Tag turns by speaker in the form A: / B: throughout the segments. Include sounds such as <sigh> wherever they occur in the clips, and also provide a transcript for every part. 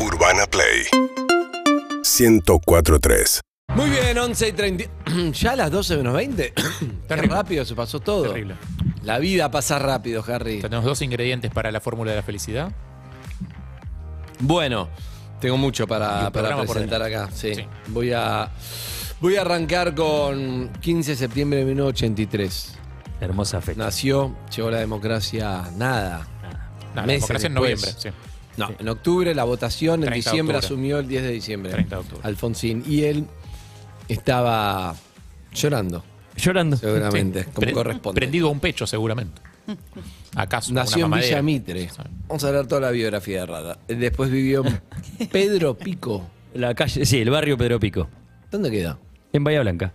A: Urbana Play 1043.
B: Muy bien, 11 y <clears throat> 30. ¿Ya a las 12 menos 20? <clears throat> Qué
C: Terrible.
B: rápido se pasó todo.
C: Terrible.
B: La vida pasa rápido, Harry.
C: Tenemos dos ingredientes para la fórmula de la felicidad.
B: Bueno, tengo mucho
C: Y
B: para,
C: un
B: para
C: programa por
B: presentar
C: delante.
B: acá. Sí.
C: Sí.
B: Voy a. Voy a arrancar con 15 de septiembre de 1983.
D: Hermosa fecha.
B: Nació, llegó la democracia a nada.
C: No, la
B: Meses
C: democracia
B: después.
C: en noviembre, sí.
B: No, en octubre la votación, en
C: 30 de
B: diciembre
C: octubre.
B: asumió el 10 de diciembre.
C: 30 de octubre.
B: Alfonsín. Y él estaba llorando,
C: <laughs>
D: Llorando.
B: seguramente, como
C: Pre-
B: corresponde.
C: Prendido a un pecho, seguramente. ¿Acaso?
B: Nació
C: una
B: en
C: mamadera.
B: Villa Mitre.
C: Sí.
B: Vamos a hablar toda la biografía de Rada. Después <laughs> vivió en Pedro Pico.
D: La calle, sí, el barrio Pedro Pico.
B: ¿Dónde queda?
D: En Bahía Blanca.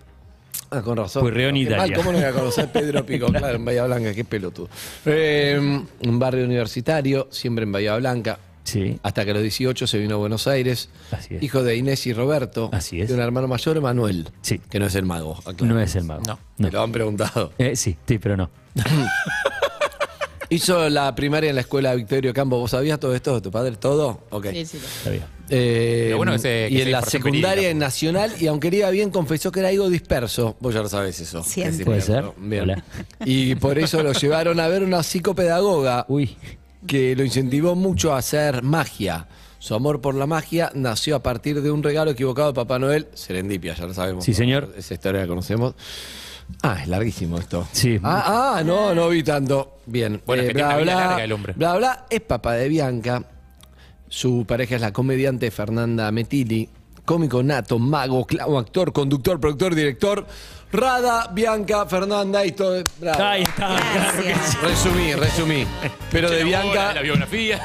B: Ah, con razón.
D: Purreón,
B: Qué
D: Italia.
B: mal, ¿Cómo no voy a
D: <laughs>
B: conocer Pedro Pico? claro, en Bahía Blanca, qué pelotudo. Eh, un barrio universitario, siempre en Bahía Blanca.
D: Sí.
B: Hasta que a los 18 se vino a Buenos Aires.
D: Así es.
B: Hijo de Inés y Roberto.
D: Así es.
B: De un hermano mayor, Manuel.
D: Sí.
B: Que no es el mago. aclaro.
D: No es el mago.
C: No.
B: Me lo han preguntado.
D: Eh, sí, sí, pero no.
B: Hizo la primaria en la escuela Victorio Campo. ¿Vos sabías todo esto de tu padre? ¿Todo? Ok.
E: Sí, sí, sí.
D: Está bien.
B: Eh,
C: Lo bueno que se- que
B: y
C: se
B: en la
C: informó pues.
B: secundaria
C: verídica.
B: en Nacional, y aunque le iba bien, confesó que era algo disperso. Vos ya lo sabés eso. que
E: Siempre.
B: es
D: Puede
B: disperso.
D: ser.
B: Bien.
D: Hola.
B: Y por eso
D: <laughs>
B: lo llevaron a ver una psicopedagoga
D: Uy.
B: que lo incentivó mucho a hacer magia. Su amor por la magia nació a partir de un regalo equivocado de Papá Noel, Serendipia, ya lo sabemos.
D: Sí, señor.
B: Esa historia la conocemos. Ah, es larguísimo esto.
D: Sí.
B: Ah, ah, no, no vi tanto. Bien. Eh,
C: Bueno, es que tiene
B: bla,
C: una vida
B: bla,
C: larga el hombre.
B: Bla, bla, es papá de Bianca. Su pareja es la comediante Fernanda Metilli. Cómico nato, mago, clavo, actor, conductor, productor, director. Rada, Bianca, Fernanda y todo. Bravo.
D: Ahí está. Ah, claro que sí.
E: Gracias.
B: Resumí, resumí. Pero de
C: Che, la bola,
B: Bianca,
C: La biografía.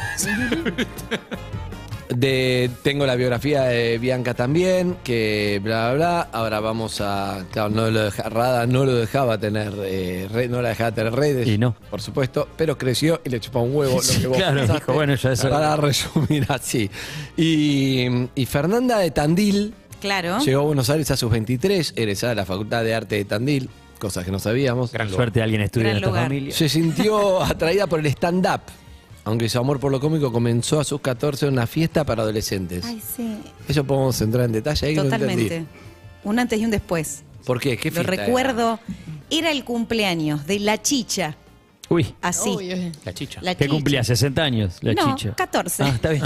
B: de, tengo la biografía de Bianca también, que bla, bla, bla. Ahora vamos a... Claro, no lo deja- Rada no lo dejaba tener, eh, re- no la dejaba tener redes,
D: Y no.
B: por supuesto, pero creció y le chupó un huevo lo que vos
D: Claro,
B: pensaste,
D: dijo, bueno, ya es hora.
B: Para resumir así. Y, y Fernanda de Tandil
E: Claro.
B: llegó a Buenos Aires a sus 23, egresada de la Facultad de Arte de Tandil, cosas que no sabíamos.
C: Gran lugar.
D: Suerte alguien estudia en
E: Gran
D: esta
E: lugar.
D: familia.
B: Se sintió <laughs> atraída por el stand-up, aunque su amor por lo cómico comenzó a sus 14 en una fiesta para adolescentes.
E: Ay, sí.
B: Eso podemos entrar en detalle ahí. que no
E: Totalmente.
B: entendí.
E: Un antes y un después.
B: ¿Por qué? ¿Qué
E: Lo
B: fiesta era?
E: recuerdo. Era el cumpleaños de la chicha.
D: Uy.
E: Así.
C: La chicha.
E: La
D: ¿Qué
E: Chicha.
D: cumplía? ¿60 años? La
E: No,
D: chicha.
E: 14.
D: Ah, está bien.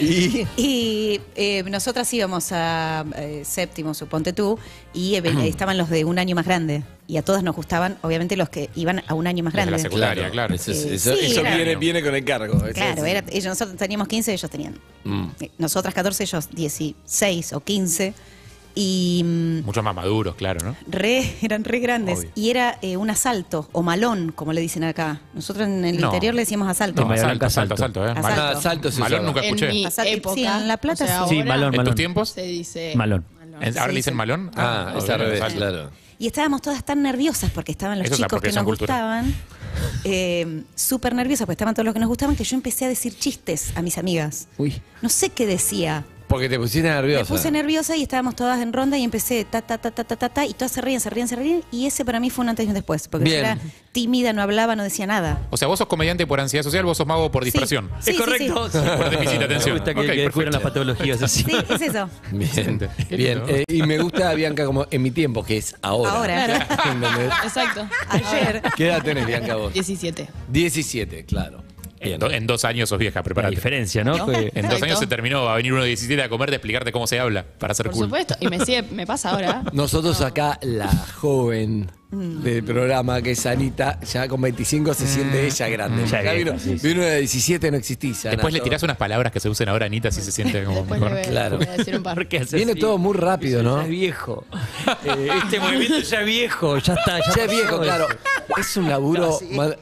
B: Y
E: Y eh, nosotras íbamos a eh, séptimo, suponte tú, y eh, ven- estaban los de un año más grande. Y a todas nos gustaban, obviamente, los que iban a un año más
C: Los de la
E: grande.
C: secundaria, claro.
B: Eso, es-
E: Sí,
B: eso-
E: sí,
B: eso
E: era-
B: viene, viene con el cargo. Eso
E: Claro,
B: es-
E: era, ellos, nosotros teníamos 15, ellos tenían.
C: Mm.
E: eh, Nosotras 14, ellos 16 o 15. Y mm,
C: Muchos más maduros, claro, ¿no?
E: re- <laughs> eran re grandes.
B: Obvio.
E: Y era eh, un asalto, o malón, como le dicen acá. Nosotros en el
C: No.
E: interior le decíamos asalto.
C: No,
D: Bahía
C: asalto,
D: Blanca,
C: asalto, asalto,
D: asalto.
C: ¿eh?
E: Asalto.
C: Malón-
B: Ah, salto se
C: Malón
B: usaba.
C: nunca escuché.
F: En mi
E: Asalto-
F: época.
E: sí, en La Plata
F: o sea,
D: sí. Sí,
F: ahora
D: Malón,
C: ¿En
D: Malón.
C: tus tiempos?
F: Se dice.
D: Malón.
C: ¿Ahora le dicen malón?
B: Ah,
C: ok,
B: está al revés,
C: asalto.
B: claro.
E: Y estábamos todas tan nerviosas porque estaban los
C: Eso es
E: chicos que
C: apropiación
E: nos
C: cultural.
E: gustaban.
C: <laughs>
E: eh, Súper nerviosas porque estaban todos los que nos gustaban que yo empecé a decir chistes a mis amigas.
D: Uy.
E: No sé qué decía.
B: Porque te pusiste
E: Me
B: nerviosa.
E: puse nerviosa y estábamos todas en ronda y empecé ta, ta, ta, ta, ta, ta, ta, y todas se ríen, se ríen, se ríen. Y ese para mí fue un antes y un después. Porque
B: Bien.
E: yo era tímida, no hablaba, no decía nada.
C: O sea, vos sos comediante por ansiedad social, vos sos mago por dispersión.
E: Sí,
D: es
E: sí,
D: correcto.
E: sí.
C: Por déficit de atención.
D: Me gusta que,
C: Ok,
D: que
C: perfecto.
D: descubran las patologías así.
E: Sí, es eso.
B: <laughs> Bien,
C: Excelente. Qué
B: bien.
C: lindo.
B: Eh, y me gusta, Bianca, como en mi tiempo, que es ahora.
E: Ahora. Claro.
B: <laughs> ¿Entendés?
F: Exacto.
E: <laughs> Ayer.
B: ¿Qué edad tenés, Bianca, vos?
F: 17.
B: 17, claro.
C: En, do- en dos años sos vieja,
D: La
C: prepárate.
D: diferencia, ¿no?
F: No.
D: Fue-
C: En dos
F: Exacto.
C: años se terminó, va a venir uno de 17 a comerte, a explicarte cómo se habla, para ser
F: Por
C: cool.
F: supuesto. Y me sigue, me pasa ahora.
B: Nosotros acá, la joven
E: Mm.
B: del programa, que es Anita, ya con 25 se
E: Ah.
B: siente ella Mm. grande.
D: Ya
B: Acá
D: vieja,
B: vino,
D: sí, sí.
B: vino de 17, no existís. Ana.
C: Después le tirás unas palabras que se usen ahora, Anita, si se siente como
F: Después
C: mejor.
F: le voy, a-
B: Claro.
F: le voy a decir un
D: <laughs>
F: par.
D: ¿Por qué haces
B: Viene
D: así?
B: todo muy rápido,
D: Eso
B: ¿no?
D: ya
B: <laughs>
D: Es viejo. Eh, este movimiento ya es viejo, ya está.
B: Ya
D: pasó
B: es viejo,
D: eso.
B: claro. Es un laburo. ma-
D: <laughs>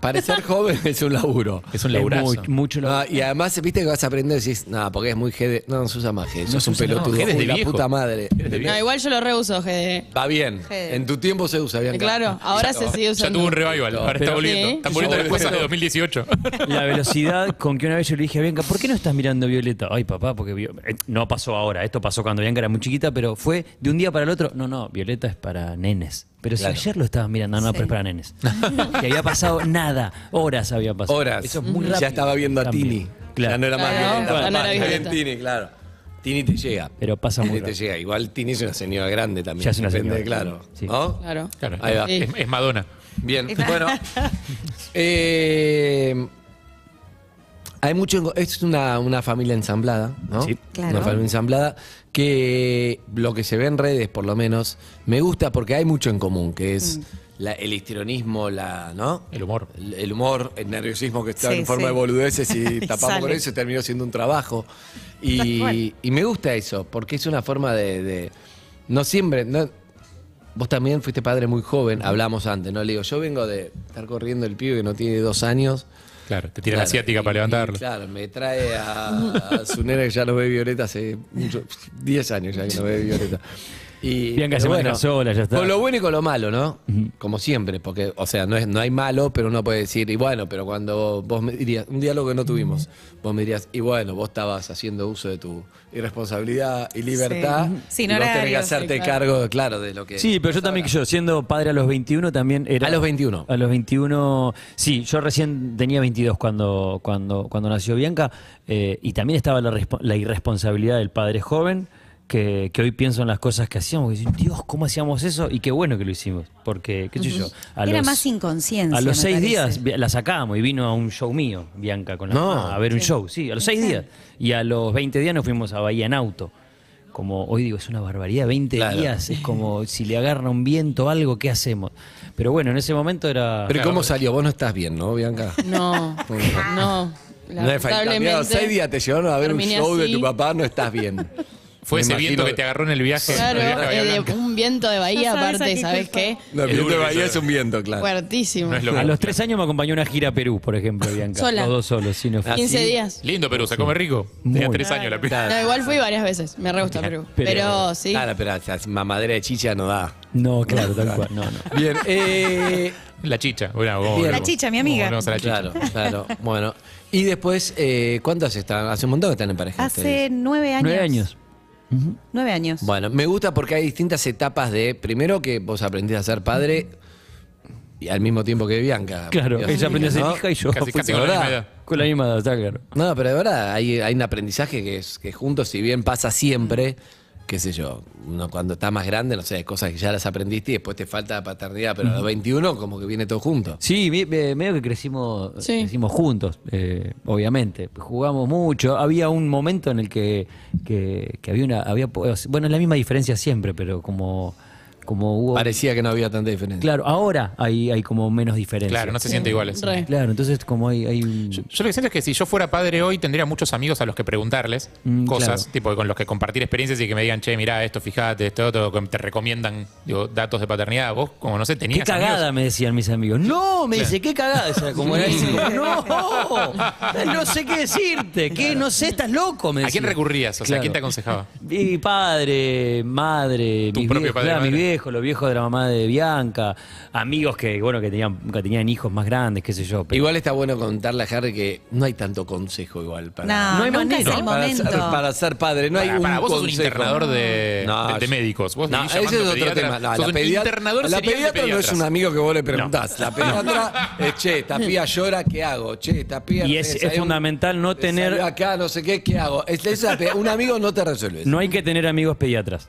B: Parecer joven es un laburo.
C: Es un
D: Es
C: laburazo.
D: muy- mucho laburo.
B: No, y además, viste que vas a aprender y decís, no, porque es muy GD. No, no se usa más GD, sos
C: se
B: un
C: usa- no,
B: pelotudo.
C: GD es de
B: Uy, la
C: viejo.
B: puta madre.
F: No, igual yo lo reuso, GD.
B: Va bien.
E: GD.
B: En tu tiempo se usa, bien.
F: Claro, ahora se sigue
C: Ya
F: usando.
C: tuvo un revival, ahora está
D: Pero-
C: volviendo.
F: Sí.
C: Están volviendo las cosas de 2018.
D: <laughs> La velocidad con que una vez yo le dije a Bianca, ¿por qué no estás mirando Violeta? Ay, papá, porque Vio- eh, no pasó ahora, esto pasó cuando Bianca era muy chiquita, pero fue de un día para el otro. No, no, Violeta es para nenes. Pero si
B: Claro.
D: ayer lo estabas mirando, no,
E: Sí.
D: pero es para nenes. que había pasado nada, horas había pasado.
B: Horas.
D: Eso es muy rápido.
B: Ya estaba viendo a
D: También.
B: Tini.
D: Claro.
B: Ya no era más
F: Claro,
B: violenta.
F: claro, no era
B: Más bien
F: violenta.
B: Tini, claro. Tini te llega.
D: Pero pasa muy
B: Tini te
D: rápido.
B: llega. Igual Tini es una señora grande también.
D: Ya es una
B: depende,
D: señora.
B: Claro.
D: Sí.
B: ¿No?
F: Claro.
C: Claro.
B: Ahí va.
F: Sí.
C: Es, es Madonna.
B: Bien,
E: Esa- <laughs>
B: bueno. Eh, hay mucho. Es una, una familia ensamblada, ¿no?
D: Sí.
E: Claro.
B: Una familia ensamblada que lo que se ve en redes, por lo menos, me gusta porque hay mucho en común, que es
E: Mm.
B: la- el histrionismo, la, ¿no?
C: El humor.
B: El, el humor, el nerviosismo que está
E: Sí,
B: en forma
E: sí.
B: de boludeces y
E: <laughs> Y
B: tapamos con
E: sale.
B: eso, terminó siendo un trabajo.
E: Tal
B: Y,
E: cual.
B: y me gusta eso, porque es una forma de. de- no siempre. no- vos también fuiste padre muy joven, hablamos antes, ¿no? Le digo, yo vengo de estar corriendo el pibe que no tiene dos años.
C: Claro, te tira la
B: Claro,
C: asiática
B: y-
C: para
B: y
C: levantarlo.
B: Claro, me trae a, a su nena que ya no ve Violeta hace mucho- 10 años ya que no ve Violeta. Y,
D: Bianca
B: pero
D: se maneja sola, ya está.
B: Con lo bueno y con lo malo, ¿no? Como siempre, porque, o sea, no, es, no hay malo, pero uno puede decir, y bueno, pero cuando vos me dirías, un diálogo que no tuvimos, vos me dirías, y bueno, vos estabas haciendo uso de tu irresponsabilidad y libertad,
E: Sin
B: y vos tenés que
E: horarios, sí,
B: hacerte
F: claro.
B: cargo, claro, de lo que...
D: Sí, pero yo también, yo siendo padre a los 21 también era...
B: A los 21.
D: A los 21, sí, yo recién tenía 22 cuando, cuando, cuando nació Bianca eh, y también estaba la, respo- la irresponsabilidad del padre joven, que, que hoy pienso en las cosas que hacíamos, y digo, Dios, ¿cómo hacíamos eso? Y qué bueno que lo hicimos, porque, qué sé yo, a
E: Era
D: los-
E: más inconsciencia.
D: A los
E: me
D: seis
E: parece.
D: días vi- la sacamos y vino a un show mío, Bianca, con la
B: No.
D: mamá, a ver un show, sí, a los seis días. Y a los 20 días nos fuimos a Bahía en auto. Como hoy digo, es una barbaridad, 20
B: Claro.
D: días, es como si le agarra un viento o algo, ¿qué hacemos? Pero bueno, en ese momento era...
B: Pero ¿y ¿cómo salió? Vos no estás bien, ¿no,
D: <laughs>
B: Bianca?
F: No, no.
B: No es falta.
F: Lamentablemente.
B: Mira, seis días te llevaron a ver un
F: terminé
B: show de
F: así.
B: tu papá, no estás
F: <laughs>
B: bien.
C: Fue
B: Me
C: ese viento
B: imagino-
C: que te agarró en el viaje.
F: Claro,
C: en el viaje a Bahía
F: eh, de-
C: Blanca.
F: un viento de bahía,
E: No sabes a
F: aparte,
E: qué
F: ¿sabes qué?
B: No,
C: Es
B: viento
C: duro
B: de
C: que
B: Bahía
C: sea.
B: es un viento, claro.
F: Fuertísimo.
C: No es lo
D: A
C: mismo.
D: los tres años me acompañó una gira a Perú, por ejemplo, Bianca.
F: Sola.
D: Los dos solos, sí, nos fuimos.
F: 15 días.
C: Lindo Perú, se come rico.
D: Muy.
C: Tenía tres años la pila.
F: No, igual fui varias veces. Me re gusta Perú.
D: Pero-
F: Pero, sí.
B: Claro, pero o sea, mamadera de chicha no da.
D: No, claro, tal cual. No, no.
B: Bien, <laughs> eh,
C: La chicha. Bueno, vamos,
B: Bien.
E: La chicha, mi amiga.
C: Vamos a la chicha.
B: claro, claro, bueno. Y después, eh, ¿cuántos están? Hace un montón que están en pareja. ustedes.
E: Hace nueve años.
D: Nueve años.
E: Nueve años.
B: Bueno, me gusta porque hay distintas etapas de, primero que vos aprendés a ser padre y al mismo tiempo que Bianca.
D: Claro,
B: Dios mío,
D: ella aprendió a ser
B: ¿no?
D: hija y yo.
C: Casi, casi con la
B: ¿verdad?
C: misma edad.
D: Con la misma edad, está claro.
B: No, pero de verdad, hay, hay un aprendizaje que, es, que juntos, si bien pasa siempre, qué sé yo, uno cuando está más grande, no sé, cosas que ya las aprendiste y después te falta la paternidad, pero a los 21 como que viene todo junto.
D: Sí, mi- eh, medio que crecimos,
F: Sí.
D: crecimos juntos, eh, obviamente. Jugamos mucho. Había un momento en el que, que- que había una. Había, po- bueno, es la misma diferencia siempre, pero como, como hubo.
B: Parecía que no había tanta diferencia.
D: Claro, ahora hay, hay como menos diferencia.
C: Claro, no se siente iguales.
F: Re.
D: Claro, entonces como hay, hay un.
C: Yo lo que siento es que si yo fuera padre hoy tendría muchos amigos a los que preguntarles
D: Mm,
C: cosas,
D: claro.
C: tipo con los que compartir experiencias y que me digan, che, mirá esto, fijate, esto, otro, que te recomiendan digo, datos de paternidad. Vos, como no sé,
D: Qué
C: tenías
D: cagada,
C: amigos.
D: me decían mis amigos. No, me dice, qué cagada. O sea, como era así, como,
C: <laughs>
D: no, no sé qué decirte. ¿Qué? No sé, estás loco. Me
C: ¿A quién
D: decían.
C: recurrías? O sea, ¿quién te
D: Claro.
C: aconsejaba?
D: Mi padre, madre,
C: Tu
D: mis
C: propio
D: viejos,
C: padre,
D: claro, mi
C: madre.
D: viejo, los viejos de la mamá de Bianca, amigos que, bueno, que tenían, que tenían hijos más grandes, qué sé yo. pero-
B: Igual está bueno contarle a Harry que no hay tanto consejo igual para,
E: No,
D: No hay
E: nunca
D: manera.
E: es el
B: para,
E: momento.
B: ser, para ser padre. <laughs> No hay
C: Pará,
B: un
C: pará, vos sos un
B: consejo.
C: internador de- de- de
B: yo-
C: médicos. Vos
B: no,
C: vivís
B: ese es
C: llamando
B: otro
C: pediatra.
B: tema. No,
C: Sos
B: la
C: un
B: pediatra,
C: internador
B: la
C: serial de
B: pediatra no es
C: pediatras.
B: un amigo que vos le preguntás.
C: <laughs>
B: La pediatra es, che, esta pía llora, ¿qué hago? Che, esta pía...
D: Y
B: no
D: es-
B: sé,
D: es
B: salió un-
D: fundamental no tener-
B: salió acá, no sé qué, ¿qué hago? Es- es la pe- un amigo no te resuelve. eso.
D: No hay que tener amigos pediatras.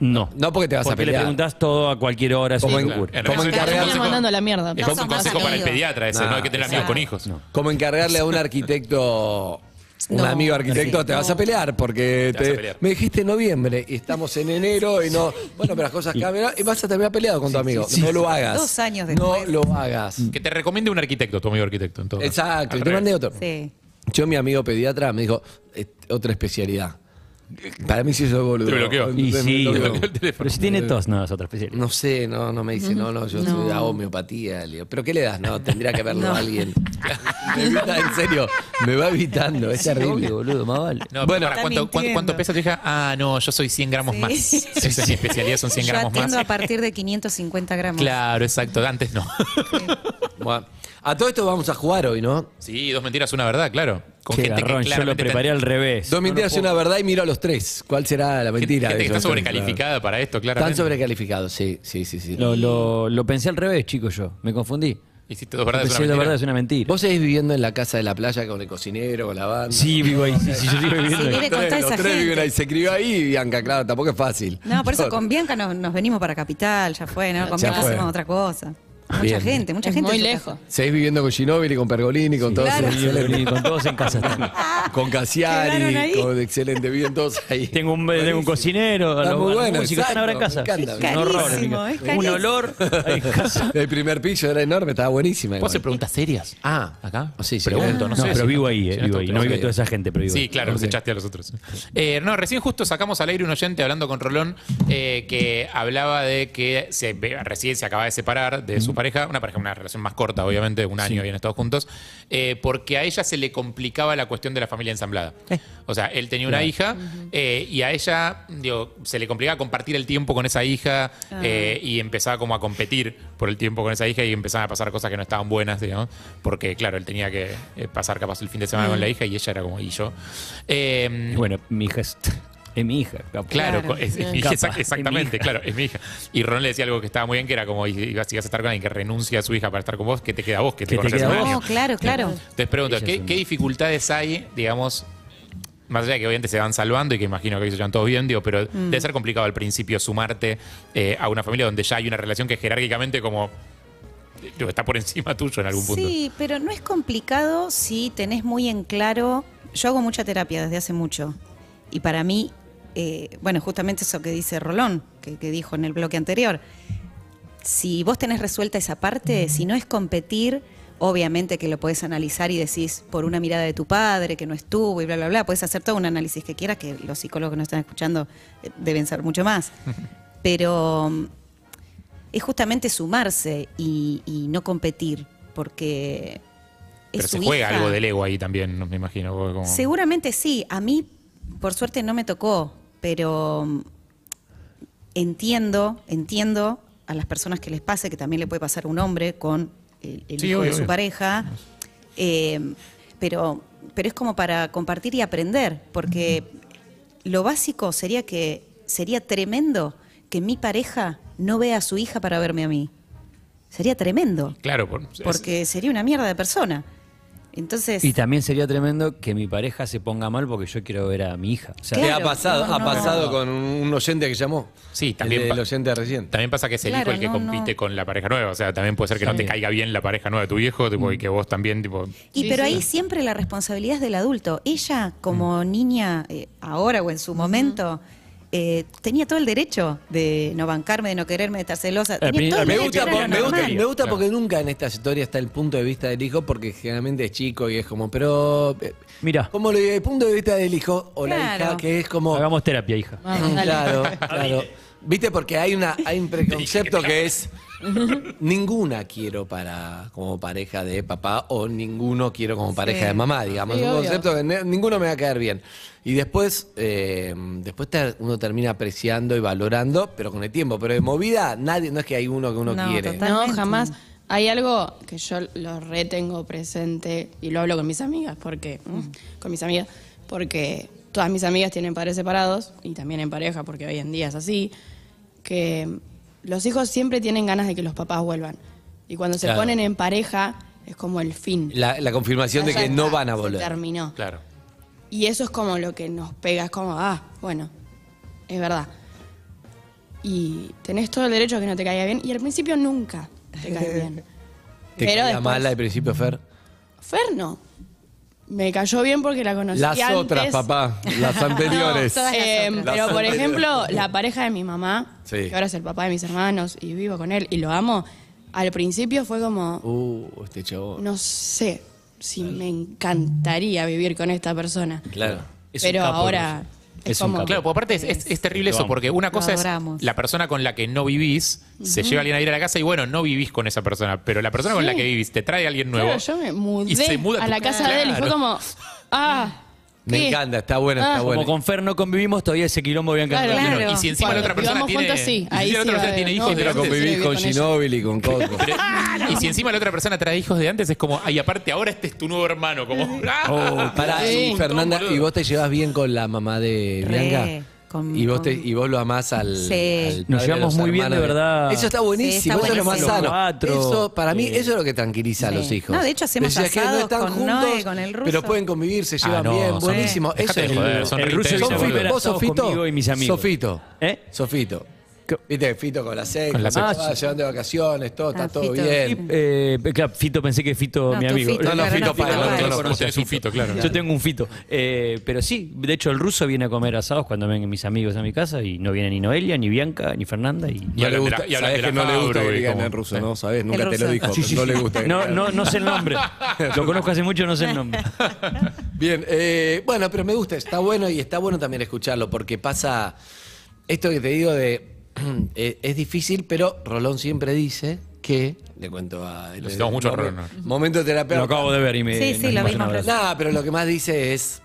D: No.
B: No, porque te vas a
D: le
B: pelear.
D: preguntás todo a cualquier hora.
B: Como en-
D: sin locura.
B: Como
C: realidad
B: encargar-
C: es un
F: Estás mandando a la mierda.
C: Es
E: No
C: un
E: somos
C: consejo para el
E: amigos.
C: pediatra ese, no,
B: No,
C: hay que tener amigos con hijos.
B: Como encargarle a un arquitecto... Un
E: No.
B: amigo arquitecto, te vas a pelear porque
C: Te vas a
B: te-
C: pelear.
B: me dijiste en noviembre y estamos en enero y no. Bueno, pero las cosas cambian y vas a terminar peleado con tu amigo. No lo hagas.
E: Dos años
B: No
E: después.
B: lo hagas.
D: Mm.
C: Que te recomiende un arquitecto, tu amigo arquitecto. en todo caso.
B: Exacto,
C: Al
B: y te
C: revés.
B: mandé otro.
E: Sí.
B: Yo, mi amigo pediatra, me dijo, "Eh, otra especialidad. Para mí sí eso boludo.
C: Te bloqueó.
D: Y
B: Me
D: sí,
B: bloqueó.
C: bloqueó el teléfono.
D: pero si tiene tos, no, es otra especie.
B: No sé, no, no me dice, no, no, yo soy a homeopatía. le digo, ¿Pero qué le das? <laughs> No, tendría que verlo a alguien. Me evita, en serio, me va evitando, es terrible.
D: boludo, más vale.
B: Bueno.
C: No, bueno, para,
E: Está
C: ¿cuánto, cuánto,
E: mintiendo.
C: cuánto pesa tu hija? Ah, no, yo soy 100 gramos
E: Sí. <laughs>
C: más. Esa es mi especialidad, son 100
E: Yo
C: gramos más.
E: atiendo a partir de 550 gramos.
C: Claro, exacto. Antes no.
B: Bueno, a todo esto vamos a jugar hoy, ¿no?
C: <laughs> Sí, dos mentiras, una verdad, claro. Con
D: Qué
C: gente
D: garrón,
C: que
D: yo lo
C: claramente está-
D: preparé al revés.
B: Dos mentiras y una verdad y miro a los tres. ¿Cuál será la
C: gente-
B: mentira?
C: gente que
B: de
C: está
B: esos tres?
C: sobrecalificada para esto, claramente.
B: Están sobrecalificados, sí, sí, sí. sí.
D: Lo, lo- lo pensé al revés, chicos, yo. Me confundí.
C: Hiciste dos verdades, una
D: Pensé la
C: mentira.
D: verdad es una mentira.
B: Vos seguís viviendo en la casa de la playa con el cocinero, con la banda.
D: Sí, vivo ahí. Sí, sí, yo sigo viviendo
E: Sí,
D: ahí.
E: vive con
B: Los
E: toda
B: tres,
E: esa
B: los tres viven
E: gente.
B: ahí. Se crió ahí, Bianca, claro, tampoco es fácil.
E: No, por eso con Bianca nos, nos venimos para Capital, ya fue, ¿no? Con
B: Ya
E: Bianca
B: fue.
E: hacemos otra cosa. Mucha
B: Bien.
E: gente, mucha
F: Es
E: gente.
F: muy
E: en su
F: lejos.
E: casa.
B: <laughs> Seguís viviendo con Ginóbili, con Pergolini, con todos
E: claro.
B: esos
D: Vivo
B: excelentes-
D: ahí, Con todos en
B: <laughs>
D: casa. estamos.
B: Con
E: Quedaron ahí.
B: Cassiari, con excelente, viven
E: <laughs>
B: todos ahí.
D: Tengo un, tengo un
B: Buenísimo.
D: cocinero,
B: Está
D: a los-
B: muy
D: a los
B: bueno,
D: músicos, están ahora en casa.
B: exacto, me encanta.
D: Un horror.
E: Carísimo, es
D: un
E: carísimo.
D: olor ahí en casa.
B: El primer piso era enorme, estaba buenísima.
C: ¿Vos haces
B: igual.
C: preguntas serias?
B: Ah,
C: acá.
B: Sí, sí,
C: Pregunto,
B: claro.
C: no
D: No,
C: sé.
D: pero
C: si-
D: vivo ahí,
C: si
D: eh,
C: no
D: vivo ahí. No
C: estoy-
D: vivo toda esa gente, pero vivo
C: Sí,
D: ahí.
C: claro, los echaste a los otros. Eh, no, recién justo sacamos al aire un oyente hablando con Rolón eh, que hablaba de que se, ve- recién se acaba de separar de su pareja, una pareja, una relación más corta, obviamente, un año habían estado juntos, eh, porque a ella se le complicaba la cuestión de la familia ensamblada. O sea, él tenía una hija eh, y a ella, digo, se le complicaba compartir el tiempo con esa hija eh, y empezaba como a competir por el tiempo con esa hija y empezaban a pasar cosas que no estaban buenas, digamos, porque claro, él tenía que eh, pasar capaz el fin de semana con la hija y ella era como, Mm. y yo. Eh,
D: Y Bueno, mi hija es, <laughs> es mi hija. capo.
C: Claro, co- <laughs> es- es mi hija,
D: Capa,
C: exact-
D: es mi
C: exactamente,
D: hija.
C: claro, es mi hija. Y Ron le decía algo que estaba muy bien, que era como, y- y vas- si vas a estar con alguien que renuncia a su hija para estar con vos, ¿qué te queda a vos? Que te
D: ¿Qué te
C: conoces
D: queda
C: hace
D: a
C: un
D: vos?
E: No,
C: año.
E: claro, claro.
C: Entonces pregunto,
D: Ella es
C: ¿qué,
D: un-
C: qué dificultades hay, digamos, más allá de que obviamente se van salvando y que imagino que hoy se llevan todos bien, digo, pero
E: Mm.
C: debe ser complicado al principio sumarte eh, a una familia donde ya hay una relación que jerárquicamente como eh, digo, está por encima <laughs> tuyo en algún punto.
E: Sí, pero no es complicado si tenés muy en claro. Yo hago mucha terapia desde hace mucho. Y para mí, eh, bueno, justamente eso que dice Rolón, que, que dijo en el bloque anterior. Si vos tenés resuelta esa parte, si no es competir, obviamente que lo podés analizar y decís por una mirada de tu padre que no estuvo y bla, bla, bla. Podés hacer todo un análisis que quieras, que los psicólogos que nos están escuchando eh, deben saber mucho más. Pero mm, es justamente sumarse y, y no competir, porque es
C: Pero se
E: su
C: juega
E: hija.
C: algo del ego ahí también, no me imagino. como-
E: Seguramente sí. A mí, por suerte, no me tocó, pero mm, entiendo, entiendo a las personas que les pase, que también le puede pasar a un hombre con el, el
C: Sí,
E: hijo
C: obvio,
E: de su
C: obvio.
E: pareja. Eh, pero, pero es como para compartir y aprender, porque lo básico sería que sería tremendo que mi pareja no vea a su hija para verme a mí. Sería tremendo,
C: Claro, por- es-
E: porque sería una mierda de persona. Entonces,
D: Y también sería tremendo que mi pareja se ponga mal porque yo quiero ver a mi hija. O sea,
B: ¿Qué
E: Claro.
B: ha pasado?
E: No,
B: ha
E: no,
B: pasado
E: no.
B: con un oyente que llamó.
C: Sí,
B: El
C: también
B: de-
C: pa-
B: El, oyente recién.
C: También pasa que es el
E: Claro,
C: hijo el que
E: no,
C: compite
E: no.
C: con la pareja nueva. O sea, también puede ser que no te
D: Sí.
C: caiga bien la pareja nueva de tu viejo, tipo,
E: Mm.
C: y que vos también, tipo.
E: Y
F: Sí,
E: pero
F: sí.
E: ahí siempre la responsabilidad es del adulto. Ella, como niña, eh, ahora o en su momento, eh, tenía todo el derecho de no bancarme, de no quererme, de estar celosa.
D: Al
E: Tenía
D: pri-
E: todo el
D: al
B: Me
E: derecho,
B: gusta,
E: era
B: po-
E: lo
B: me gusta-
E: normal.
B: me gusta porque nunca en esta historia está el punto de vista del hijo, porque generalmente es chico y es como, pero. eh,
D: Mirá.
B: Como lo el punto de vista del hijo o la
E: Claro.
B: hija, que es como.
D: hagamos terapia, hija.
B: Ah,
F: Vamos, dale.
B: Claro,
F: <laughs>
B: claro. Viste, porque hay una, hay un preconcepto que es ninguna quiero para como pareja de papá o ninguno quiero como pareja de mamá, digamos.
F: Sí,
B: un
F: obvio.
B: concepto que ne- ninguno me va a caer bien. Y después, eh, después ter- uno termina apreciando y valorando, pero con el tiempo. Pero de movida, nadie, no es que hay uno que uno
E: No,
B: quiere.
E: total.
F: No,
E: Totalmente.
F: jamás. Hay algo que yo lo retengo presente y lo hablo con mis amigas, porque mm, con mis amigas, porque todas mis amigas tienen padres separados y también en pareja, porque hoy en día es así, que los hijos siempre tienen ganas de que los papás vuelvan y cuando se
B: Claro.
F: ponen en pareja es como el fin.
B: La, la confirmación de
F: Ya
B: que
F: está,
B: no van a
F: se
B: volver.
F: Terminó.
C: Claro.
F: Y eso es como lo que nos pega, es como, ah, bueno, es verdad. Y tenés todo el derecho a que no te caiga bien, y al principio nunca te cae
B: <laughs>
F: bien.
B: Te
F: Pero
B: caía
F: después-
B: mala al principio, Fer.
F: Fer no. Me cayó bien porque la conocí
B: Las
F: antes.
B: otras, papá.
F: <laughs>
B: Las anteriores.
E: todas- las
F: Eh,
E: otras.
F: pero,
B: Las
F: por
B: otras. <laughs>
F: ejemplo, la pareja de mi mamá,
B: Sí.
F: que ahora es el papá de mis hermanos y vivo con él y lo amo, al principio fue como,
B: Uh, este chavo.
F: no sé si me encantaría vivir con esta persona.
B: Claro.
D: Es un
F: pero
D: capo,
F: ahora es,
D: Es un
F: como...
D: capo.
C: Claro, pues aparte es, es- es terrible
D: Lo
C: eso,
D: amo.
C: porque una
E: Lo
C: cosa es
E: adoramos.
C: la persona con la que no vivís, se lleva alguien a ir a la casa y bueno, no vivís con esa persona, pero la persona con
F: Sí.
C: la que vivís te trae a alguien nuevo.
F: Claro, yo me
C: y
F: mudé
C: se muda
F: a
C: tu-
F: la casa de él y fue
C: Claro.
F: como, ah,
B: Me
F: ¿Qué?
B: encanta, está buena, está
F: Ah.
B: buena.
D: Como con Fer no convivimos, todavía ese quilombo Bianca no lo
F: Claro.
D: tiene.
E: Claro.
C: Y si encima
F: Cuando
C: la otra persona
F: vivamos
C: tiene,
F: juntos, sí.
C: y
F: Ahí
C: si la otra
F: sí va a
C: persona
F: haber,
C: tiene
F: ¿no?
C: hijos de
F: Pero
B: Pero
C: antes.
B: convivís
F: Sí,
B: con
F: con ella.
B: Ginóbili, con Coco.
C: Pero- Y si encima la otra persona trae hijos de antes, es como, ay, aparte ahora este es tu nuevo hermano. Como, ¡ah!
B: Oh, Pará,
C: Es un
B: y
C: montón,
B: Fernanda,
C: boludo.
B: ¿y vos te llevas bien con la mamá de
E: Re,
B: Bianca?
E: con-
B: y vos te,
E: con-
B: y vos lo amás al,
E: Sí.
B: al padre
D: Nos
B: de
D: llevamos
B: los
D: muy bien,
B: hermanos
D: de verdad.
B: Eso está
E: Sí,
B: buenísimo,
E: está
B: eso es lo más
E: buenísimo.
B: sano.
D: Cuatro.
B: Eso, para mí,
D: Eh.
B: eso es lo que tranquiliza a los
E: Sí.
B: hijos.
E: No, de hecho, hacemos
B: Decía que
E: asados
B: están
E: con Noé, con el ruso.
B: Pero pueden convivir, se llevan
C: Ah, no,
B: bien,
C: son-
B: buenísimo.
C: dejate
B: Eso
C: de
B: es lo-
C: joder, son
B: el
C: re
B: ruso
C: intensos,
B: son Fito-
C: boludo.
B: ¿Vos sos
D: Asados
B: Fito?
D: conmigo y mis amigos.
B: Sofito.
D: ¿Eh?
B: Sofito.
D: ¿Qué?
B: Viste, Fito con la sex,
C: Con la
B: se
D: sex.
B: va, llevan de vacaciones, todo, está
E: Ah,
B: todo
E: Fito.
B: bien.
D: Eh, claro, Fito pensé que Fito,
E: No,
D: mi
E: tu
D: amigo.
E: Fito, No, no, claro, Fito no, Fito Páez, no, Páez. no, no,
D: Conoce a
C: ustedes un Fito, claro.
D: Yo tengo un Fito. Eh, pero sí, de hecho el ruso viene a comer asados cuando vengan mis amigos a mi casa y no viene ni Noelia, ni Bianca, ni Fernanda. Y...
C: Y
B: no le
C: hablan de
B: gusta,
C: la- y hablan
B: sabés
C: de la
B: que no le gusta
C: Fabro
B: que
C: y
B: digan
C: como-
B: en ruso,
C: Sí.
B: ¿no? ¿Sabes? Nunca te
E: ruso.
B: lo dijo,
D: Sí, sí,
B: no
D: sí.
B: le gusta. que
D: No,
B: digan.
D: no, no sé el nombre. Lo conozco hace mucho, no sé el nombre.
B: Bien, eh, bueno, pero me gusta, está bueno y está bueno también escucharlo, porque pasa esto que te digo de <clears throat> eh, es difícil, pero Rolón siempre dice que le cuento a
C: Lo citamos mucho a
B: momen-
C: Rolón,
B: Momento terapeuta.
D: Lo acabo de ver y me.
E: Sí, sí, lo
D: me
E: vimos.
D: emocionó.
B: Nada, pero lo que más dice es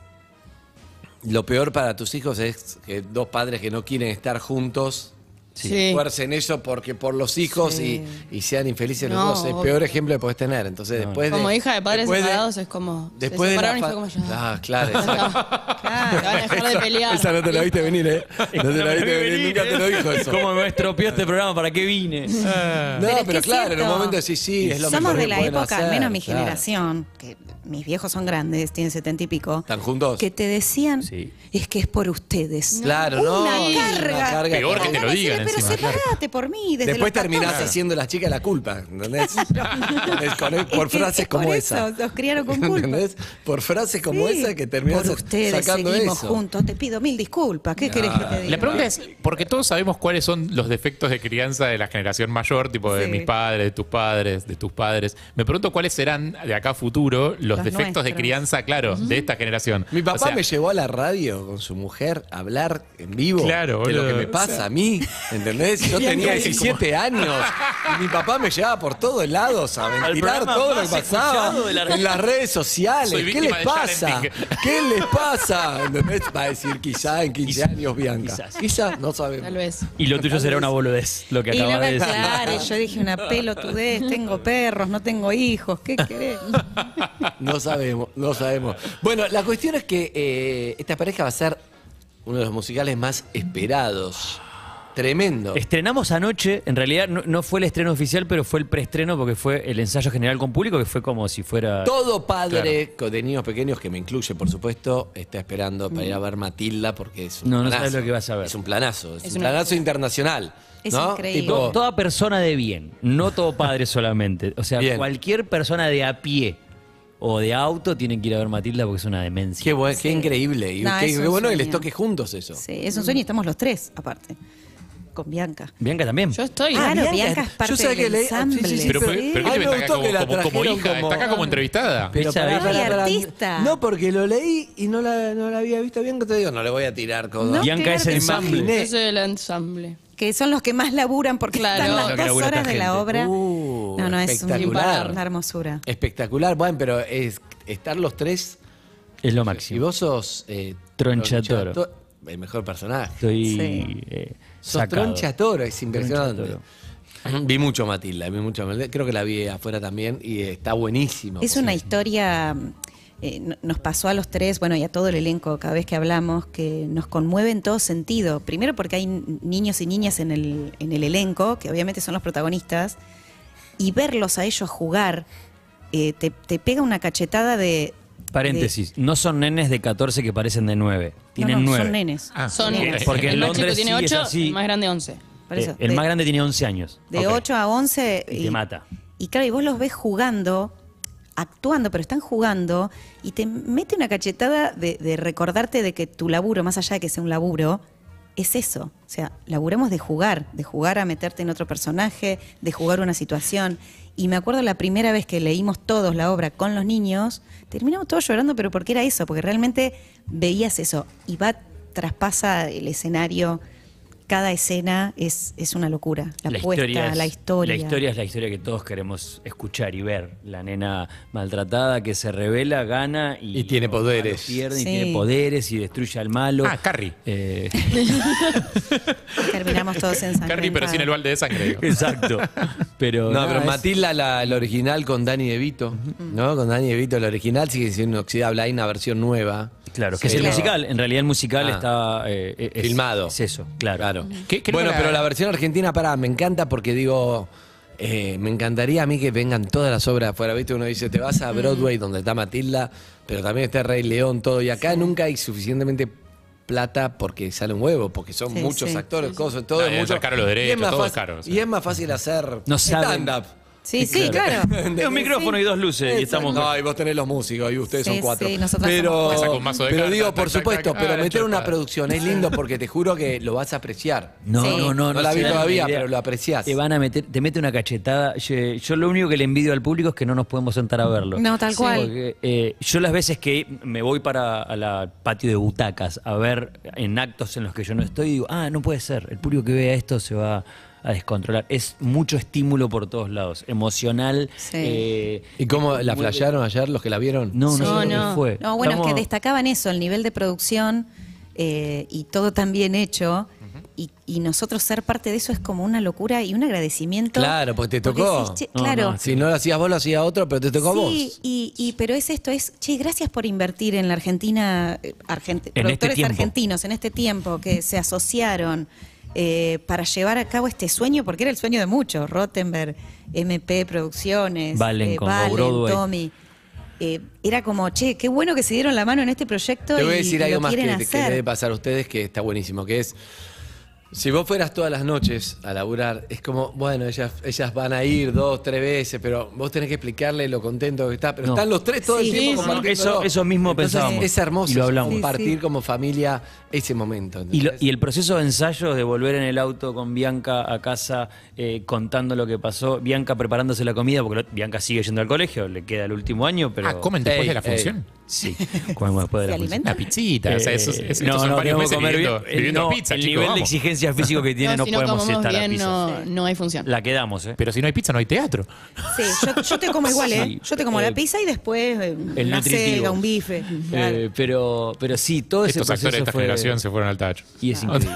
B: lo peor para tus hijos es que dos padres que no quieren estar juntos
F: Sí.
B: fuercen eso porque por los hijos
E: Sí.
B: y, y sean infelices
F: No,
B: los dos. El
F: obvio.
B: peor ejemplo que podés tener. Entonces, después
F: Como
B: de,
F: hija de padres
B: después
F: separados es como.
B: Después
F: se
B: de la
F: separaron y
B: fa-
F: fue como ya.
B: Ah,
F: <laughs>
B: claro. exacto.
F: Claro, van a dejar de pelear.
B: Esa no te la viste venir,
F: <laughs>
B: ¿eh? No te la
D: me
B: viste
D: vi
B: venir, nunca te lo dijo eso. Ah.
D: ¿Cómo me estropeó este programa? ¿Para qué vine?
B: No,
E: Pero
B: pero,
E: es que es
B: claro, en un
E: cierto.
B: momento decís, sí, es lo
E: Somos
B: mejor
E: de
B: que
E: la
B: pueden
E: época, al
B: hacer,
E: menos mi
B: claro.
E: generación, que mis viejos son grandes, tienen setenta y pico,
B: ¿Están juntos?
E: que te decían,
D: Sí.
E: es que es por ustedes.
B: Claro, no.
E: Una
B: es
E: carga.
C: Peor
B: que-
C: que te lo digan
E: Pero
C: encima, claro.
E: separate por mí. Desde
B: Después
E: los
B: terminás
E: 14.
B: haciendo las chicas la culpa,
E: <laughs>
B: ¿entendés? ¿Entendés? Con- por
E: Es que
B: frases
E: es
B: como
E: por
B: esa.
E: eso, los criaron con culpa.
B: ¿Entendés? Por frases como
E: Sí,
B: esa que terminás
E: Por ustedes
B: sacando
E: seguimos
B: eso.
E: juntos. Te pido mil disculpas. ¿Qué querés que te diga?
C: La pregunta es, porque todos sabemos cuáles son los defectos de crianza de la generación mayor, tipo de
E: Sí.
C: mis padres, de tus padres, de tus padres. Me pregunto cuáles serán de acá a futuro los,
E: Los
C: defectos de
E: nuestros.
C: crianza, claro, de esta generación.
B: Mi papá
C: O sea,
B: me llevó a la radio con su mujer a hablar en vivo
C: Claro,
B: de lo que
C: boludo.
B: me pasa a mí, ¿entendés?
E: <laughs>
B: Yo tenía 17 años y mi papá me llevaba por todos lados a ventilar
D: programa
B: todo lo que
D: más
B: pasaba
D: escuchado de la
B: en las redes sociales.
C: Soy
B: ¿Qué
C: víctima
B: les
C: de
B: pasa?
C: Sharenting.
B: ¿Qué les pasa? ¿Entendés? Va a decir quizá en 15 años Bianca.
D: Quizás.
B: Quizá, no sabemos.
F: Tal vez.
D: Y lo tuyo será una boludez, lo que
E: Y
D: acabas
E: luego,
D: de decir.
E: claro, yo dije una
B: <laughs>
E: pelotudez, tengo perros, no tengo hijos, ¿qué querés?
B: No sabemos, no sabemos. Bueno, la cuestión es que eh, esta pareja va a ser uno de los musicales más esperados. Tremendo.
D: Estrenamos anoche, en realidad no, no fue el estreno oficial, pero fue el preestreno porque fue el ensayo general con público, que fue como si fuera...
B: Todo padre con de niños pequeños, que me incluye, por supuesto, está esperando para ir
E: Mm.
B: a ver Matilda porque es un
D: No, no
B: planazo.
D: sabes lo que vas a ver.
B: Es un planazo, es,
F: Es
B: un
F: una-
B: planazo internacional.
E: Es
B: ¿no?
E: increíble.
B: Tipo,
D: To- toda persona de bien, no todo padre solamente. O sea,
B: Bien.
D: cualquier persona de a pie o de auto tiene que ir a ver Matilda porque es una demencia.
B: qué, buen- qué increíble. Y
E: No,
B: qué,
E: es un
B: qué bueno que
E: sueño.
B: les toque juntos eso.
E: Sí, es un sueño y estamos los tres, aparte, con Bianca.
D: Bianca también.
F: Yo estoy.
E: Ah, Claro,
B: Bianca,
E: Bianca es parte
B: yo sabía
E: del
B: que leí-
E: ensamble.
B: sí, sí, sí,
C: Pero,
B: pero-
C: fue- pero
B: Ay,
C: ¿qué
B: me
C: te
B: gustó
C: está acá
B: que la
C: como, como- como
B: trajeron
C: hija?
B: como-
C: ¿Está acá como entrevistada?
B: Pero
D: Esa
B: pará,
D: es-
B: pará,
E: Ay,
B: pará.
E: artista.
B: No, porque lo leí y no la, no la había visto bien. Que te digo, no le voy a tirar con
E: No,
D: Bianca
E: claro
D: es
E: que
D: ensamble.
B: imaginé.
F: Yo soy del ensamble.
E: Que son los que más laburan porque
F: Claro.
E: están
F: Lo
E: las
D: que
E: dos
D: labura
E: horas
D: esta
E: de la
D: gente.
E: obra.
B: Uh,
E: no, no, es un-
B: espectacular.
E: una hermosura.
B: Espectacular. Bueno, pero es estar los tres
D: Es lo
B: Y
D: máximo.
B: vos sos. eh,
D: Tronchatoro.
B: tronchato- El mejor personaje.
D: Estoy
E: Sí.
D: eh,
B: Sos
D: sacado.
B: tronchatoro, es impresionante.
D: Tronchatoro.
B: Vi mucho Matilda, vi mucho Matilda. Creo que la vi afuera también y eh, está buenísimo.
D: pues
E: Es una historia, eh, no- nos pasó a los tres, bueno, y a todo el elenco cada vez que hablamos, que nos conmueve en todo sentido. Primero porque hay n- niños y niñas en el, en el elenco, que obviamente son los protagonistas, y verlos a ellos jugar eh, te, te pega una cachetada de...
D: Paréntesis, no son nenes de 14 que parecen de 9, tienen
E: no, no,
D: 9.
E: son nenes.
C: Ah,
F: Son.
E: Nenas.
D: Porque en
F: el más
D: Londres
F: chico tiene
D: sí es
F: 8,
D: así.
F: el más grande 11.
E: Por eso,
D: Eh, el
E: de-
D: más grande tenía 11 años.
E: De
D: Ok.
E: 8 a 11.
D: Y te mata.
E: Y claro, y vos los ves jugando, actuando, pero están jugando, y te mete una cachetada de, de recordarte de que tu laburo, más allá de que sea un laburo, es eso. O sea, laburamos de jugar, de jugar a meterte en otro personaje, de jugar una situación. Y me acuerdo la primera vez que leímos todos la obra con los niños, terminamos todos llorando, pero porque era eso, porque realmente veías eso. Y va, traspasa el escenario cada escena es, es una locura. La, puesta,
D: es-
E: la historia.
D: La historia es la historia que todos queremos escuchar y ver. La nena maltratada que se revela, gana y,
B: Y tiene
D: los malos
B: poderes.
D: pierden y
E: Sí.
D: tiene poderes y destruye al malo.
C: Ah, Carrie.
D: Eh, <laughs>
E: Terminamos todos en
C: Carrie, pero sin el balde de sangre. digo.
D: exacto. Pero
B: No,
D: nada,
B: pero
D: es-
B: Matilda, la, la original con Dani Evito, ¿no? Con Dani Evito, la original sigue siendo oxidable, hay una versión nueva.
D: Claro, que es
B: Pero-
D: el musical. En realidad el musical
B: Ah.
D: está eh, eh, es-
B: Filmado.
D: Es eso, claro.
B: Claro.
E: Eh,
C: ¿Qué- Ah, qué
B: bueno,
C: número
B: pero
C: era?
B: la versión argentina, pará, me encanta porque digo, eh, me encantaría a mí que vengan todas las obras afuera, ¿viste? Uno dice, te
E: Mm.
B: vas a Broadway donde está Matilda, pero también está Rey León, todo, y acá nunca hay suficientemente plata porque sale un huevo, porque son
E: Sí,
B: muchos
E: sí.
B: actores, cosas, todo
C: No,
B: es
C: y es
B: mucho.
C: caro los
B: Y
C: derechos,
B: más
C: todo es
B: fácil-
C: caro, sí.
B: Y es más fácil hacer
D: No saben.
B: stand-up.
E: Sí, sí, claro.
D: <laughs> Es un micrófono y dos luces y estamos
B: No, y vos tenés los músicos y ustedes
E: Sí,
B: son cuatro.
E: sí, nosotros somos
B: pero
E: cuatro.
C: Saca un mazo de
B: pero
C: cartas,
B: digo,
C: tac,
B: por
C: tac,
B: supuesto,
C: tac. Ah,
B: pero
C: la
B: meter una
C: chupada.
B: producción es lindo porque te juro que lo vas a apreciar.
D: No,
E: Sí.
D: no, no,
B: No la
D: se
B: vi
D: dan
B: todavía,
D: una idea.
B: pero lo apreciás.
D: Te van a meter, te mete una cachetada. Yo, yo lo único que le envidio al público es que no nos podemos sentar a verlo.
E: No, tal cual.
D: Porque, eh, yo las veces que me voy para a la patio de butacas a ver en actos en los que yo no estoy, digo, ah, no puede ser. El público que vea esto se va a descontrolar. Es mucho estímulo por todos lados, emocional.
E: Sí.
D: eh,
B: ¿Y cómo la flashearon ayer los que la vieron?
D: no, no, sé
F: No,
D: lo que
F: no.
D: fue.
E: No, bueno, es
D: Estamos-
E: que destacaban eso, el nivel de producción eh, y todo tan bien hecho. y, y nosotros ser parte de eso es como una locura y un agradecimiento.
B: Claro, porque te tocó.
E: decís, che,
D: No,
E: claro.
D: no,
B: Si no lo hacías vos, lo hacía otro, pero te tocó a
E: sí,
B: vos.
E: Y, y- pero es esto, es, che, gracias por invertir en la Argentina, eh, argent-
D: este
E: productores
D: tiempo.
E: argentinos en este tiempo que se asociaron eh, para llevar a cabo este sueño, porque era el sueño de muchos, Rottenberg, MP Producciones, eh,
D: Valen con Go
E: Valen,
D: Broadway.
E: Tommy. Eh, era como, che, qué bueno que se dieron la mano en este proyecto
B: Te voy a
E: y
B: decir
E: lo
B: algo más que,
E: quieren
B: que le
E: hacer.
B: debe pasar a ustedes que está buenísimo, que es, si vos fueras todas las noches a laburar, es como, bueno, ellas, ellas van a ir dos, tres veces, pero vos tenés que explicarle lo contento que está, pero
D: No.
B: están los tres todo
E: Sí,
B: el tiempo
E: sí, sí.
B: compartiéndolo.
D: Eso- eso mismo
B: Entonces,
D: pensábamos.
B: Es hermoso
D: Y lo hablamos.
B: compartir
E: Sí, sí.
B: como familia ese momento.
D: Y, lo-
B: ¿entendés?
D: y el proceso de ensayos de volver en el auto con Bianca a casa eh, contando lo que pasó, Bianca preparándose la comida, porque lo- Bianca sigue yendo al colegio, le queda el último año, pero...
C: Ah, comen después
B: Ey,
C: de la
B: ey.
C: función. <laughs>
D: Sí, <laughs> comemos después de
E: ¿Se
D: la función.
E: alimentan?
C: Una pizzita. Ah, o sea, eso, es-
D: Eh,
C: es-
D: no,
C: estos son
D: no,
C: varios
D: tenemos que
C: meses
D: comer
C: viviendo,
D: bien. Eh,
C: viviendo
D: no,
C: pizza,
D: el
C: chicos.
D: nivel de
C: vamos. <laughs>
D: exigencia físico que tiene no,
F: si no
D: podemos
F: comemos
D: estar a
F: bien,
D: pizza.
F: no, no hay función.
D: La quedamos, ¿eh?
C: Pero si no hay pizza, no hay teatro.
E: Sí, yo, yo te
D: <laughs>
E: como igual, ¿eh?
D: Sí.
E: Yo te como
D: Eh,
E: la pizza y después eh,
D: el
E: una
D: nutritivo.
E: selga, un bife. claro.
D: Eh, pero, pero sí, todo ese
C: Estos
D: proceso
C: actores de esta
D: fue...
C: generación se fueron al tacho.
D: Y es increíble.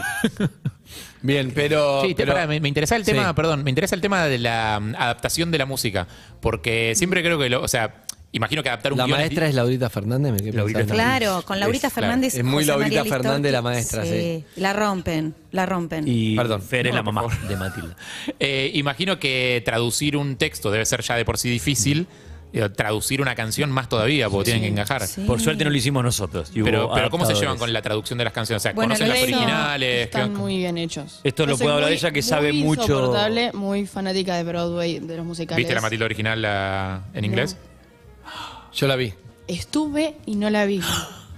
B: Bien, pero...
C: Sí, te-
B: pero-
C: pará, me, me interesa el tema,
B: Sí.
C: perdón, me interesa el tema de la mm, adaptación de la música, porque siempre creo que, lo, o sea, imagino que adaptar un
B: La
C: guion es
B: maestra es Laurita Fernández, me quedé
D: Laurita
B: pensando.
E: Claro, con Laurita
C: Es, claro.
E: Fernández.
B: Es muy
E: José
B: Laurita
E: María Listorti.
B: Fernández la maestra, sí.
E: La rompen, la rompen.
D: Y
B: Perdón.
D: Fer es
B: No,
D: la
B: por
D: mamá de Matilda.
C: Eh, imagino que traducir un texto debe ser ya de por sí difícil. eh, Traducir una canción más todavía, porque tienen que engajar.
E: sí.
D: Por suerte no lo hicimos nosotros. y hubo
C: Pero, pero ¿cómo se llevan
D: adaptadores.
C: con la traducción de las canciones? O sea,
E: Bueno,
C: ¿conocen
E: lo
C: las
E: hizo-
C: originales? ¿Qué-
F: Están muy bien hechos.
D: Esto lo
F: soy
D: puede hablar
F: muy-
D: ella, que sabe
F: muy
D: mucho-
F: insoportable, muy fanática de Broadway, de los musicales.
C: ¿Viste la Matilda original la- en
F: No.
C: inglés?
B: Yo la vi.
F: Estuve y no la vi.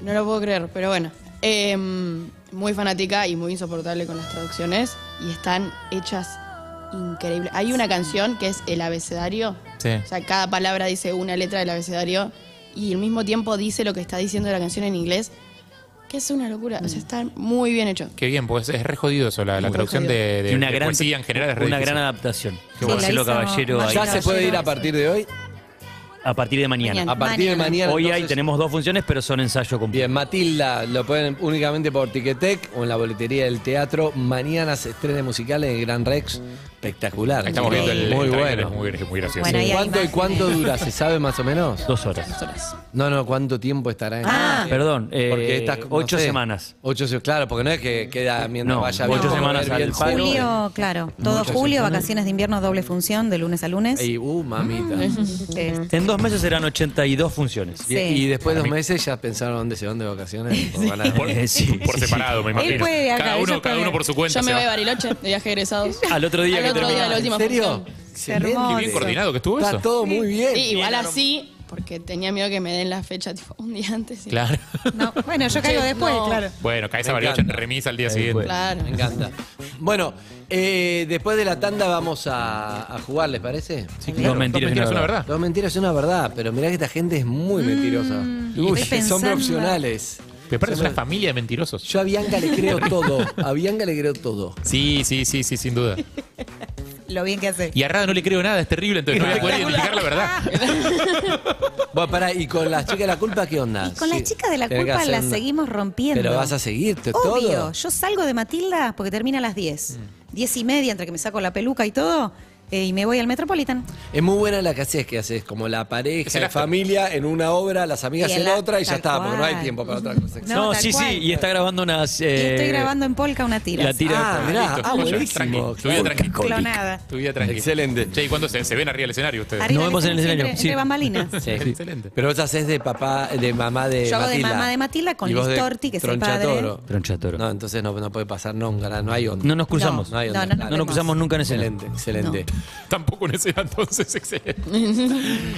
F: No lo puedo creer, pero bueno. Em, muy fanática y muy insoportable con las traducciones. Y están hechas increíbles. Hay una canción que es el abecedario.
C: Sí.
F: O sea, cada palabra dice una letra del abecedario y al mismo tiempo dice lo que está diciendo la canción en inglés. Que es una locura.
C: Mm.
F: O sea, está muy bien hecho.
C: Qué bien, pues es re jodido eso, la, la
F: Muy
C: traducción
F: jodido.
C: de, de-
D: Y una
C: de
D: gran,
C: poesía en general es re
D: una
C: difícil.
D: gran adaptación.
E: Sí, la
D: Marcelo
E: hizo
D: Caballero ahí,
B: Ya
E: Marcelo
B: se puede ir a
E: Caballero.
B: partir de hoy.
D: a partir de mañana.
F: Mañana.
B: A partir de mañana.
D: Hoy ahí
B: entonces-
D: tenemos dos funciones, pero son ensayo completo.
B: Bien, Matilda, lo pueden únicamente por Ticketek o en la boletería del teatro. Mañana se estrena musical en el Gran Rex. Espectacular.
C: Estamos viendo el
B: Muy
C: el tráiler,
B: bueno.
C: es muy, es muy gracioso.
E: Bueno, ahí hay
B: ¿Cuánto, y
E: imágenes. <laughs>
B: ¿Cuánto dura? ¿Se sabe más o menos?
D: Dos horas.
B: No, no, ¿cuánto tiempo estará en
E: Ah,
D: Perdón, eh,
B: Porque estas, no
D: ocho
B: sé,
D: semanas.
B: Ocho se- claro, porque no es que queda mientras
D: No,
B: vaya
D: ocho
B: bien,
D: semanas
B: bien
D: al
B: el
D: palo.
E: julio, claro. Todo julio, vacaciones de invierno, doble función, de lunes a lunes.
B: Ey, uh, mamita.
E: Este,
D: En dos meses serán 82 funciones.
B: Y,
E: Sí.
B: y después de dos meses ya pensaron dónde se van de vacaciones. Pues
E: <laughs>
B: van a-
D: <laughs> Eh, sí,
C: Por
D: sí,
C: separado, me imagino.
E: puede viajar,
C: cada
E: ella
C: uno, cada
E: puede.
C: uno por su cuenta.
F: Yo me
C: se
F: voy a
C: va.
F: Bariloche de viaje
C: <laughs>
F: de egresados.
D: <laughs> Al otro día
F: Al
D: que
F: otro
D: termina.
F: día, la última
B: Ah, ¿En serio?
F: función.
C: Qué
B: Excelente.
C: bien
E: Hermoso.
C: coordinado que estuvo
B: Está
C: eso.
B: todo muy bien.
F: Sí, igual así, porque tenía miedo que me den la fecha tipo un día antes. y-
C: Claro.
E: no, bueno, yo caigo después,
F: No.
E: claro.
C: Bueno, caes a
B: Me
C: Bariloche en
B: encanta.
C: remisa al día siguiente.
F: Claro.
B: Me encanta. Bueno, eh, después de la tanda vamos a, a jugar, ¿les parece?
C: Sí,
D: Dos
C: claro.
D: mentiras y una
C: una
D: verdad.
C: verdad.
B: Dos mentiras y una verdad, pero mirá que esta gente es muy mentirosa.
E: Mm. estoy
B: son
E: pensando.
B: profesionales.
C: Pero aparte es una familia de mentirosos.
B: Yo a Bianca le
E: <laughs>
B: creo todo. A Bianca le creo todo.
C: Sí, sí, sí, sí, sin duda.
E: Lo bien que hace.
C: Y a Rada no le creo nada, es terrible, entonces no voy a poder identificar la
B: <laughs>
C: verdad.
B: Bueno, pará, y con las chicas de la culpa, ¿qué onda?
E: Y con las
B: Sí,
E: chicas de la
B: tenés que
E: culpa
B: hacer
E: las
B: una-
E: seguimos rompiendo.
B: Pero vas a seguir t-
E: Obvio,
B: todo.
E: yo salgo de Matilda porque termina a las 10. 10 y media, entre que me saco la peluca y todo, eh, y me voy al Metropolitan.
B: Es muy buena la que haces, que haces como la pareja,
C: Es el
B: la
C: after.
B: familia en una obra, las amigas
E: Y
B: en
E: el a-
B: otra y ya
E: tal
B: está, porque no hay
E: cual. Ah,
B: tiempo para otra cosa.
E: No,
D: No,
E: tal
D: sí,
E: cual.
D: sí, y está grabando unas.
E: Y estoy
D: eh,
E: grabando en Polka una tira.
D: La tira.
B: Ah, mirá,
C: Listo,
B: ah,
C: joya,
B: buenísimo.
C: tranqui, tu vida tranqui.
E: Clonada.
C: Tu vida tranquila.
B: Excelente.
C: Che, ¿y cuándo se, se ven arriba del escenario ustedes?
E: Arriba
D: Nos vemos en el
E: entre-
D: escenario,
E: Entre,
D: sí.
E: entre bambalinas.
B: <laughs> Sí.
C: Excelente.
B: Pero vos haces de papá, de mamá de
E: Yo hago de
B: Matilda.
E: mamá de Matilda con
B: Y vos de
E: Listorti, que es el padre.
B: Tronchatoro.
D: Tronchatoro.
B: No, entonces no, no puede pasar nunca, no hay onda.
D: No nos cruzamos.
E: No,
D: No,
B: hay
E: no,
B: onda.
E: no,
B: No
E: vemos.
D: nos cruzamos nunca en escena.
B: Excelente, excelente.
C: Tampoco en escena, entonces, excelente. Eh,
E: No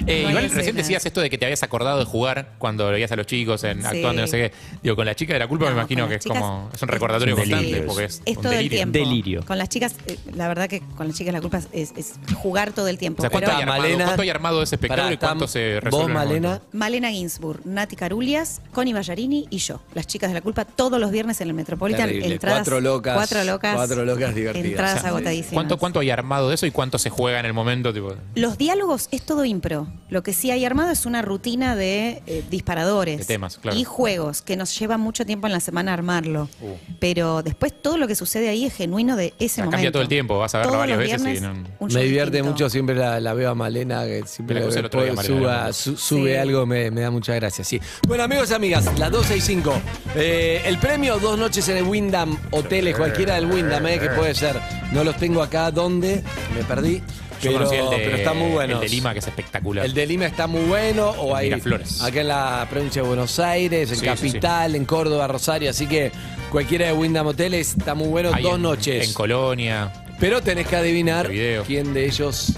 E: hay
C: igual
E: escena.
C: recién decías esto de que te habías acordado de jugar cuando veías a los chicos en
E: Sí.
C: actuando, no sé qué. Digo, con la chica de la culpa
E: No,
C: me imagino
E: con
C: que es
E: las chicas-
C: como. Es un recordatorio
D: Es un
C: constante,
D: delirio.
C: porque es,
E: Es
C: un
E: todo el
C: delirio.
E: tiempo.
D: Delirio.
E: Con las chicas, eh, la verdad que con las chicas la culpa es, es jugar todo el
C: O
E: tiempo.
C: sea, ¿cuánto,
E: Pero-
C: hay armado,
B: Malena-
C: ¿cuánto hay armado de ese espectáculo
B: Pará,
C: y cuánto
B: tam-
C: se resuelve?
B: Vos,
C: en el
B: Malena,
C: momento?
E: Malena Ginsburg, Nati Carulias, Connie Ballarini y yo. Las chicas de la culpa todos los viernes en el Metropolitan.
B: Terrible.
E: Entradas,
B: Cuatro locas,
E: Cuatro locas.
B: cuatro locas divertidas.
E: Entradas
B: O sea,
E: agotadísimas.
C: ¿Cuánto, ¿Cuánto hay armado de eso y cuánto se juega en el momento? Tipo?
E: Los diálogos es todo impro. Lo que sí hay armado es una rutina de eh, disparadores
C: De temas, claro.
E: y juegos que nos lleva mucho tiempo en la semana armarlo.
C: Uh.
E: Pero después todo lo que sucede ahí es genuino de ese
C: O sea,
E: momento.
C: cambia todo el tiempo, vas a verlo
E: Todos
C: varias
E: los
C: veces
E: viernes,
C: y no-
E: un show
B: me divierte
E: distinto.
B: mucho, siempre la, la veo a Malena, que siempre
C: Me la crucé el otro día,
B: después
C: Malena,
B: suba-
C: la
B: su- sube
E: Sí.
B: algo, me, me da mucha gracia. Sí. Bueno, amigos y amigas, las 265. Eh, el premio, dos noches en el Wyndham Hoteles, cualquiera del Wyndham, eh, que puede ser. No los tengo acá, ¿dónde? Me perdí.
C: Yo
B: Pero,
C: conocí el de,
B: pero está muy bueno.
C: El de Lima, que es espectacular.
B: El de Lima está muy bueno, o
C: En
B: hay
C: Miraflores.
B: acá en la provincia de Buenos Aires, en
C: Sí, sí,
B: Capital, en Córdoba, Rosario, así que cualquiera de Wyndham Hoteles está muy bueno,
C: Hay
B: dos
C: en-
B: noches.
C: En Colonia.
B: Pero tenés que adivinar
C: Montevideo.
B: quién de ellos.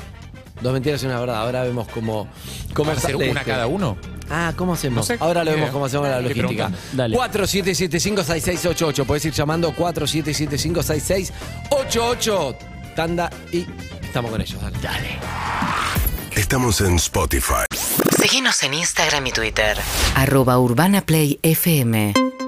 B: Dos mentiras y una verdad. Ahora vemos cómo. cómo
C: ¿Van a hacer
B: sale
C: una
B: este.
C: cada uno?
B: Ah, ¿cómo hacemos?
C: No sé,
B: Ahora lo
C: idea.
B: vemos cómo hacemos la
C: Estoy
B: logística.
C: preguntando.
D: Dale.
B: 4775-6688. Podés ir llamando 4775-6688. Tanda y estamos con ellos. Dale.
A: Estamos en Spotify.
G: Síguenos en Instagram y Twitter. Arroba Urbana Play FM